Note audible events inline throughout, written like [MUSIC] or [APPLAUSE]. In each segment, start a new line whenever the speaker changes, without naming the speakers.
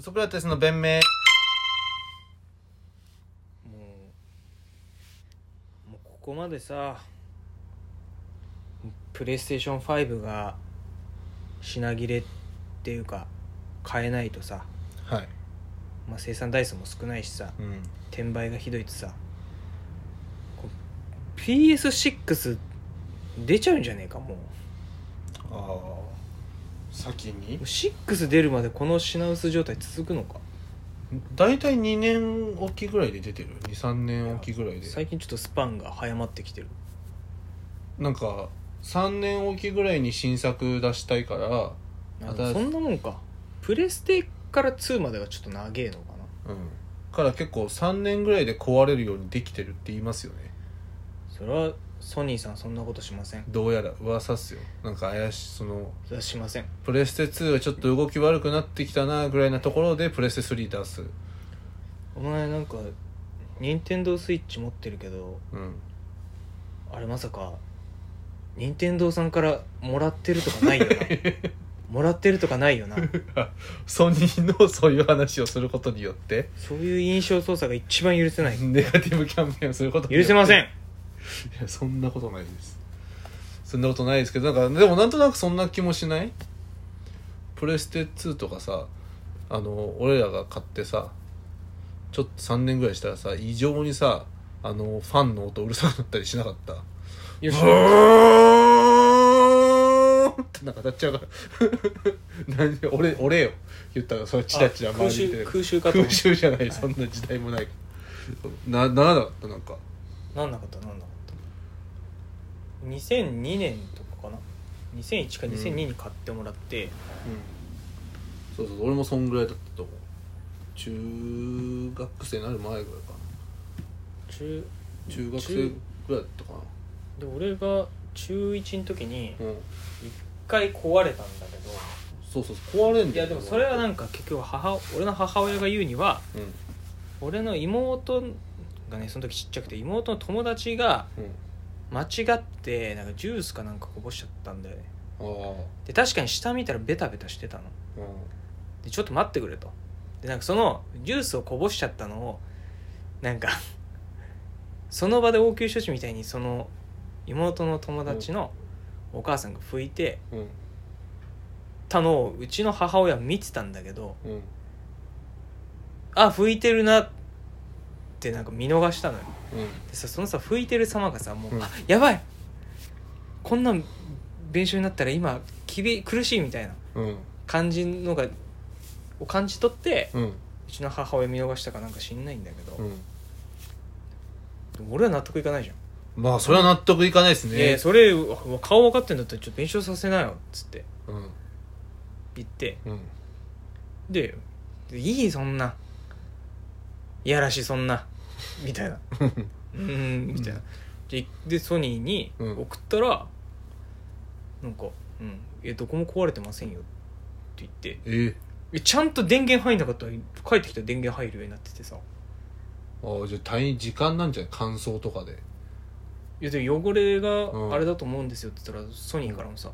ソクラテスの弁明
もうもうここまでさプレイステーション5が品切れっていうか買えないとさ、
はい、
まあ、生産台数も少ないしさ
うん、
転売がひどいとさこう PS6 出ちゃうんじゃねえかもうも
ああ先に
う6出るまでこの品薄状態続くのか
大体2年おきぐらいで出てる23年おきぐらいで
最近ちょっとスパンが早まってきてる
なんか3年おきぐらいに新作出したいから
あ
新しい
そんなもんかプレステから2までがちょっと長えのかな
うんから結構3年ぐらいで壊れるようにできてるって言いますよね
それはソニーさんそんなことしません
どうやら噂っすよなんか怪しいその
それはしません
プレステ2がちょっと動き悪くなってきたなぐらいなところでプレステ3出す
お前なんか任天堂スイッチ持ってるけど
うん
あれまさか任天堂さんからもらってるとかないよ [LAUGHS] なもらってるとかないよな
ソニーのそういう話をすることによって
そういう印象操作が一番許せ [LAUGHS] ない
ネガティブ [LAUGHS] キャンペーンをすることによ
許
って
せません
いやそんなことないですそんなことないですけどなんかでもなんとなくそんな気もしないプレステ2とかさあの俺らが買ってさちょっと3年ぐらいしたらさ異常にさあのファンの音うるさくなったりしなかった
よし
ブーンって [LAUGHS] なんか鳴っちゃうから [LAUGHS] 何俺俺よ言ったらそれチラチラ
空
周り見て
襲空襲かと思
空襲
う
じゃないそんな時代もないなならなかったなんか
なんなかったなんなかった2002年とかかな2001か2002に買ってもらって、
そうそう俺もそんぐらいだったと思う中学生になる前ぐらいか
中
な中学生
中
ぐらいだったか
で俺が中1の時に
なうん
一回壊れたんだけど
そうそうそう壊れん
いやでもそれはなんか結局母俺の母親が言うには
うん
俺の妹がねその時ちっちゃくて妹の友達が
うん
間違ってなんかジュースかなんかこぼしちゃったんだよね
ああ
で確かに下見たらベタベタしてたの
う
でちょっと待ってくれとでなんかそのジュースをこぼしちゃったのをなんかその場で応急処置みたいにその妹の友達のお母さんが拭いて
んうん
たのをうちの母親は見てたんだけど
うん
あ拭いてるなってなんか見逃したのよ
うん
でさそのさ拭いてる様がさもう、
うん
あやばいこんなん弁償になったら今きび苦しいみたい
う
な
ん
感じのがを感じ取って
うん
うちの母親見逃したかなんか知んないんだけど、
うん
でも俺は納得いかないじゃん、
まあそれは納得いかないです
いやいや
ね
それうわ顔分かってんだったらちょっと弁償させなよっつって
うん
言って
うん
ででいいそんないやらしいそんなみた
[LAUGHS]
いなうーんみたいな、ででソニーに
うん
送ったら、なんか「うんえどこも壊れてませんよ」って言って
え
えちゃんと電源入んなかったら帰ってきたら電源入るようになっててさ
ああじゃあ大変時間なんじゃない乾燥とかで
いやでも汚れ
うん
があれだと思うんですよって言ったらソニーからもさ、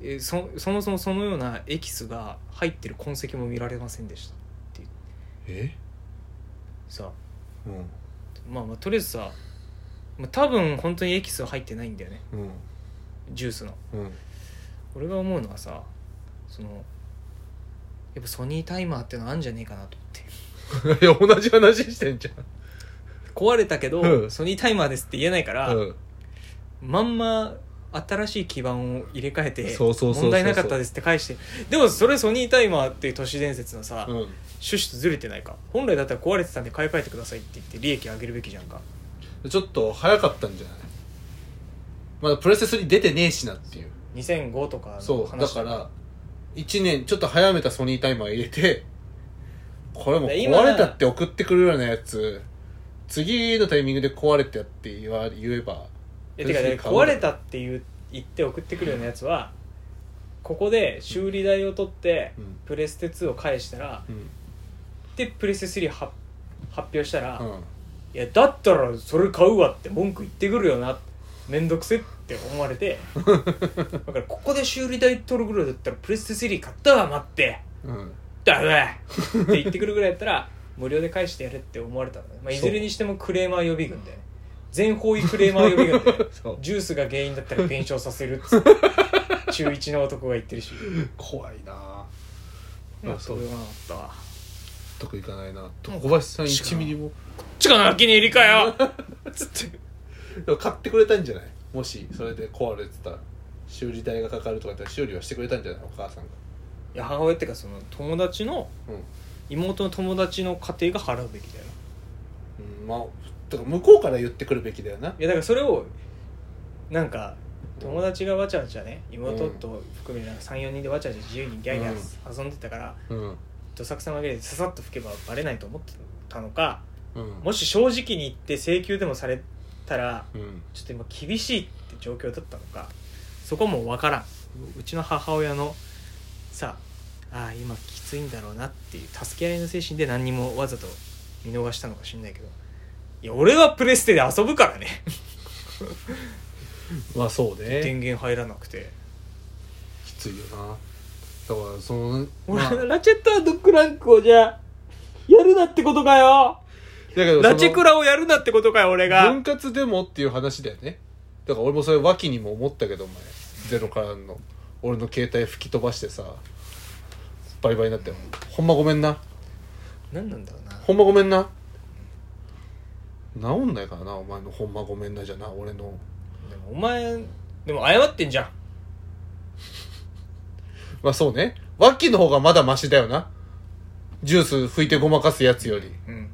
えそそもそもそのようなエキスが入ってる痕跡も見られませんでした
え
さ
うん
まあまあとりあえずさ、まあ、多分本当にエキスは入ってないんだよね
うん
ジュースの
うん
俺が思うのはさそのやっぱソニータイマーってのあんじゃねえかなと思っ
[LAUGHS]
て
いや同じ話してんじ
壊れたけど、
うん
ソニータイマーですって言えないか
ゃ
ら、
んうん
まんま新しい基盤を入れ替えて
そうそうそうそう
問題なかったですって返してでもそれソニータイマーっていう都市伝説のさ、
うん
趣旨とずれてないか本来だったら壊れてたんで買い替えてくださいって言って利益上げるべきじゃんか
ちょっと早かったんじゃないまだプレセスに出てねえしなっていう
2005とかの
そうだ
話
から1年ちょっと早めたソニータイマー入れてこれもう
今
壊れたって送ってくるようなやつ次のタイミングで壊れてやって言わ言えば
いやてかね壊れたっていう言って送ってくるようなやつはここで修理代を取って
うん
プレステ2を返したら
うん
でプレステ3は発表したら、
う
い
ん
やだったらそれ買うわって文句言ってくるよなめんどくせって思わ
[LAUGHS]
れてだからここで修理代取るぐらいだったらプレステ3買ったわ待って
うん
だめ!」って言ってくるぐらいやったら無料で返してやれって思われたのね、まあ、いずれにしてもクレーマー予備軍で全方位クレーマー予備軍 [LAUGHS] で
そう
ジュースが原因だったら弁償させるっつって [LAUGHS] 中1の男が言ってるし
怖いな
まあ
あそ
そうれはなかったわ
得いかないなと小林さん1ミリも
力の秋に入りかよつって
でも買ってくれたんじゃないもしそれで壊れてたら修理代がかかるとかだったら修理はしてくれたんじゃないお母さんが
いや母親っていうかその友達の
うん、
妹の友達の家庭が払うべきだよな
うん、まあだから向こうから言ってくるべきだよない
やだからそれをなんか友達がわちゃわちゃね妹と含めなんか34人でわちゃわちゃ自由にギャーギャー遊んでたから、
うん
どさくさまげでささっと吹けばバレないと思ってたのか
うん
もし正直に言って請求でもされたら
うん
ちょっと今厳しいって状況だったのかそこも分からんうちの母親のさああ今きついんだろうなっていう助け合いの精神で何にもわざと見逃したのかしんないけどいや俺はプレステで遊ぶからね
まあそうね
電源入らなくて
きついよなだからその
俺
まあ
はラチェットドッグランクをじゃあやるなってことかよ
だけどその
ラチェクラをやるなってことかよ俺が
分割でもっていう話だよねだから俺もそれ脇にも思ったけどお前ゼロからの俺の携帯吹き飛ばしてさバイバイになってほんまごめんな
何なんだろうな
ほんまごめんな治んないからなお前のほんまごめんなじゃな俺の
でもお前でも謝ってんじゃん
まあそうね脇の方がまだマシだよなジュース拭いてごまかすやつより
うん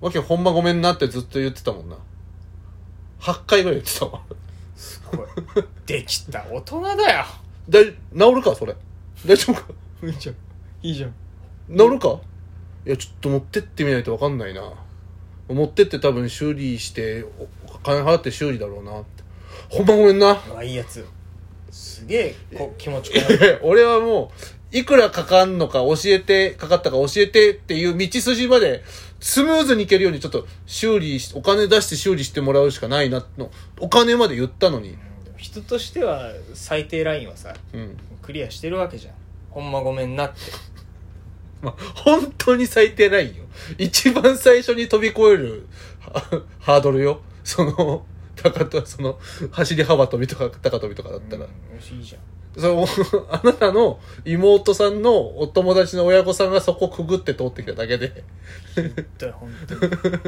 脇ほんまごめんなってずっと言ってたもんな8回ぐらい言ってたわ [LAUGHS]
すごいできた大人だよ
だい治るかそれ大丈夫か
いいじゃんいいじゃん
乗るかいやちょっと持ってってみないと分かんないな持ってって多分修理しておお金払って修理だろうなってほんまごめんな
うわいいやつすげえこ気持ちこ
いや [LAUGHS] 俺はもういくらかかんのか教えてかかったか教えてっていう道筋までスムーズにいけるようにちょっと修理しお金出して修理してもらうしかないなのお金まで言ったのに
人としては最低ラインはさ
うん
クリアしてるわけじゃんほんまごめんなって
まあ本当に最低ラインよ一番最初に飛び越えるはハードルよその高とその走り幅跳びとか高跳びとかだったら、
うんよしいいじゃん
そのあなたの妹さんのお友達の親御さんがそこくぐって通ってきただけで
だ本当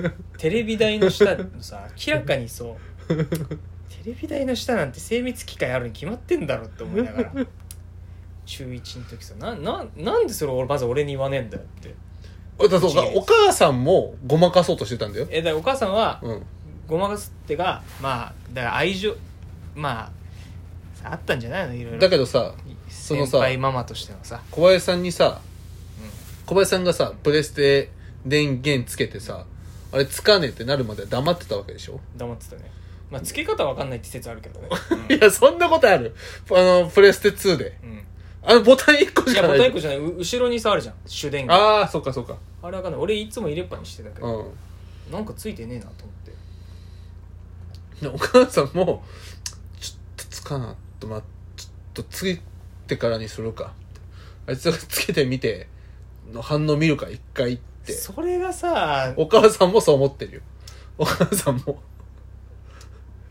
にテレビ台の下のさ明らかにそうテレビ台の下なんて精密機械あるに決まってんだろって思いながら中1の時さなななんでそれをまず俺に言わねえんだよって
だからそうか
違う
お母さんもごまかそうとしてたんだよ、
えだからお母さんは
うん、
ごまかすってがまあだから愛情まあさあったんじゃないのいろいろ
だけどさその
先
さ
輩ママとしてのさ
小林さんにさ小林さんがさプレステ電源つけてさあれつかねえってなるまで黙ってたわけでしょ
黙ってたねまあ付け方わかんないって説あるけどね、
いや、そんなことある。あの、プレステ2で。
うん
あの、ボタン1個
い
し
や
か
ボ
な
タ
い。
ン1個じゃないう後ろにさあるじゃん主電源
ああ、そっかそっか。
あれわかんない俺いつも入れっぱにしてたけど、
うん。
なんかついてねえなと思って
でお母さんも、ちょっとつかな、と、ま、ちょっとつけてからにするか。あいつがつけてみて、の反応見るか、一回って。
それがさ
お母さんもそう思ってるよ。お母さんも。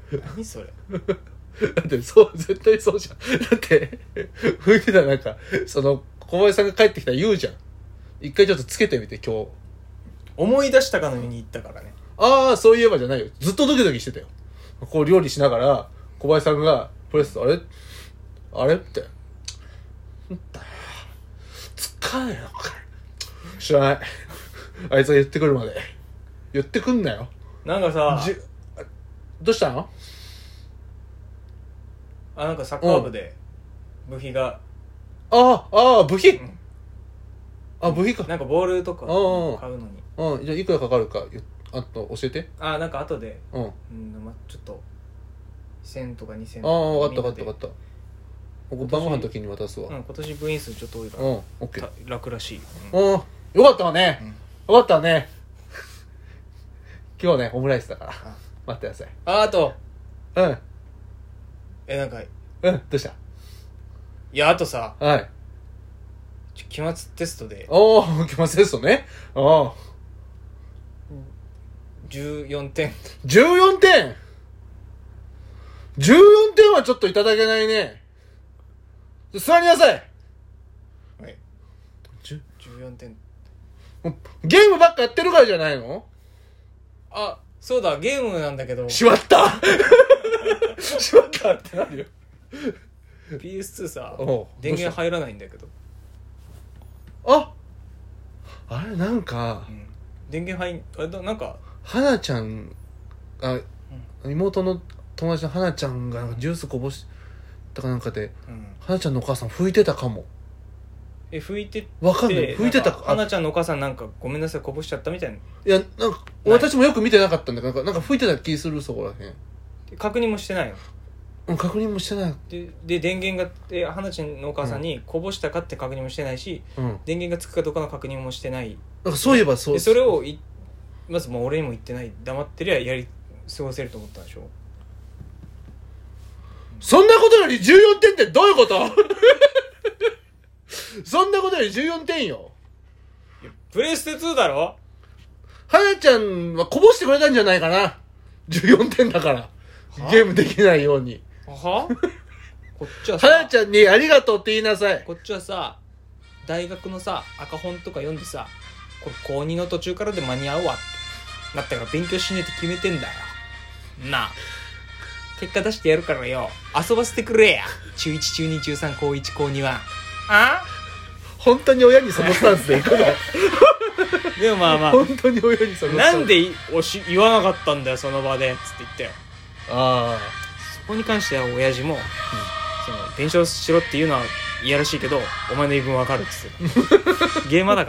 何それ
だって、そう、絶対そうじゃん。だって、吹いてたらなんか、その、小林さんが帰ってきたら言うじゃん。一回ちょっとつけてみて、今日。
思い出したかのように言ったからね
ああ、そういえばじゃないよ。ずっとドキドキしてたよ。こう料理しながら、小林さんが、プレス、あれあれって。なんだよつかねえのかい知らない。あいつが言ってくるまで。言ってくんなよ。
なんかさ
じゅあどうしたの
あなんかサッカー部で部費が、
ああ、ああ、部
う
費
ん
あ、部費か。
なんかボールとか買
うんうん
うのに
うん、じゃあいくらかかるか、ゆあと教えて。
あなんか後で
うん。あ
うんまあちょっと1000とか2000
あ、わかったわかったわかった。ここ晩ご飯の時に渡す
う
わ。
ん、今年部員数ちょっと多いか
うん、
ら、
オッケー
た。楽らしい、うん
うん。よかったわね。よかったわね。今日ね、オムライスだから
あ。
待ってくだ
ああと
さい。
えなんかい
うん。うん。どうし
やあとさ
たはい。
ちょ期末テストで
ああ期末テストねああ
14点
14点14点はちょっといただけないね座りなさい
はい
じゅ
14点
もうゲームばっかやってるからじゃないの
あそうだゲームなんだけど
しまった [LAUGHS] しまったってなるよ
PS2 さ
おう
電
どうした
源入らないんだけど、
ああれなんか
うん電源入んあれだなんか
花ちゃんあ妹の友達の花ちゃんがなんかジュースこぼしたかなんかで
うん
花ちゃんのお母さん拭いてたかも
え拭いてて
わかんない拭いてた
なん
か
か
あ
花ちゃんのお母さんなんかごめんなさいこぼしちゃったみたいない
やなんか
ない
私もよく見てなかったんだけどなんかなんか拭いてた気するそこらへん
確認もしてないの
うん確認もしてない
でで電源がで花ちゃんのお母さんにこぼしたかって確認もしてないし
うん
電源がつくかどうかの確認もしてない
なんかそういえばそう
でそれをいまずもう俺にも言ってない黙ってりゃやり過ごせると思ったんでしょ
そんなことより14点ってどういうこと [LAUGHS] そんなことより14点よ
プレステ2だろ
花ちゃんはこぼしてくれたんじゃないかな14点だから
は
ゲームできないように
はこっちは
花 [LAUGHS]
さ
ちゃんにありがとうって言いなさい
こっちはさ大学のさ赤本とか読んでさこれ高2の途中からで間に合うわってなったから勉強しねえって決めてんだよなあ結果出してやるからよ遊ばせてくれや中1中2中3高1高2はあ
本当に親にそのスタンスでいかない
でもまあまあ
本当に親に [LAUGHS] そのスタンス
なんでいおし言わなかったんだよその場でつって言ったよ
あ
そこに関しては親父も、その弁償しろっていうのはいやらしいけどお前の言い分わかるっつってたゲーマーだ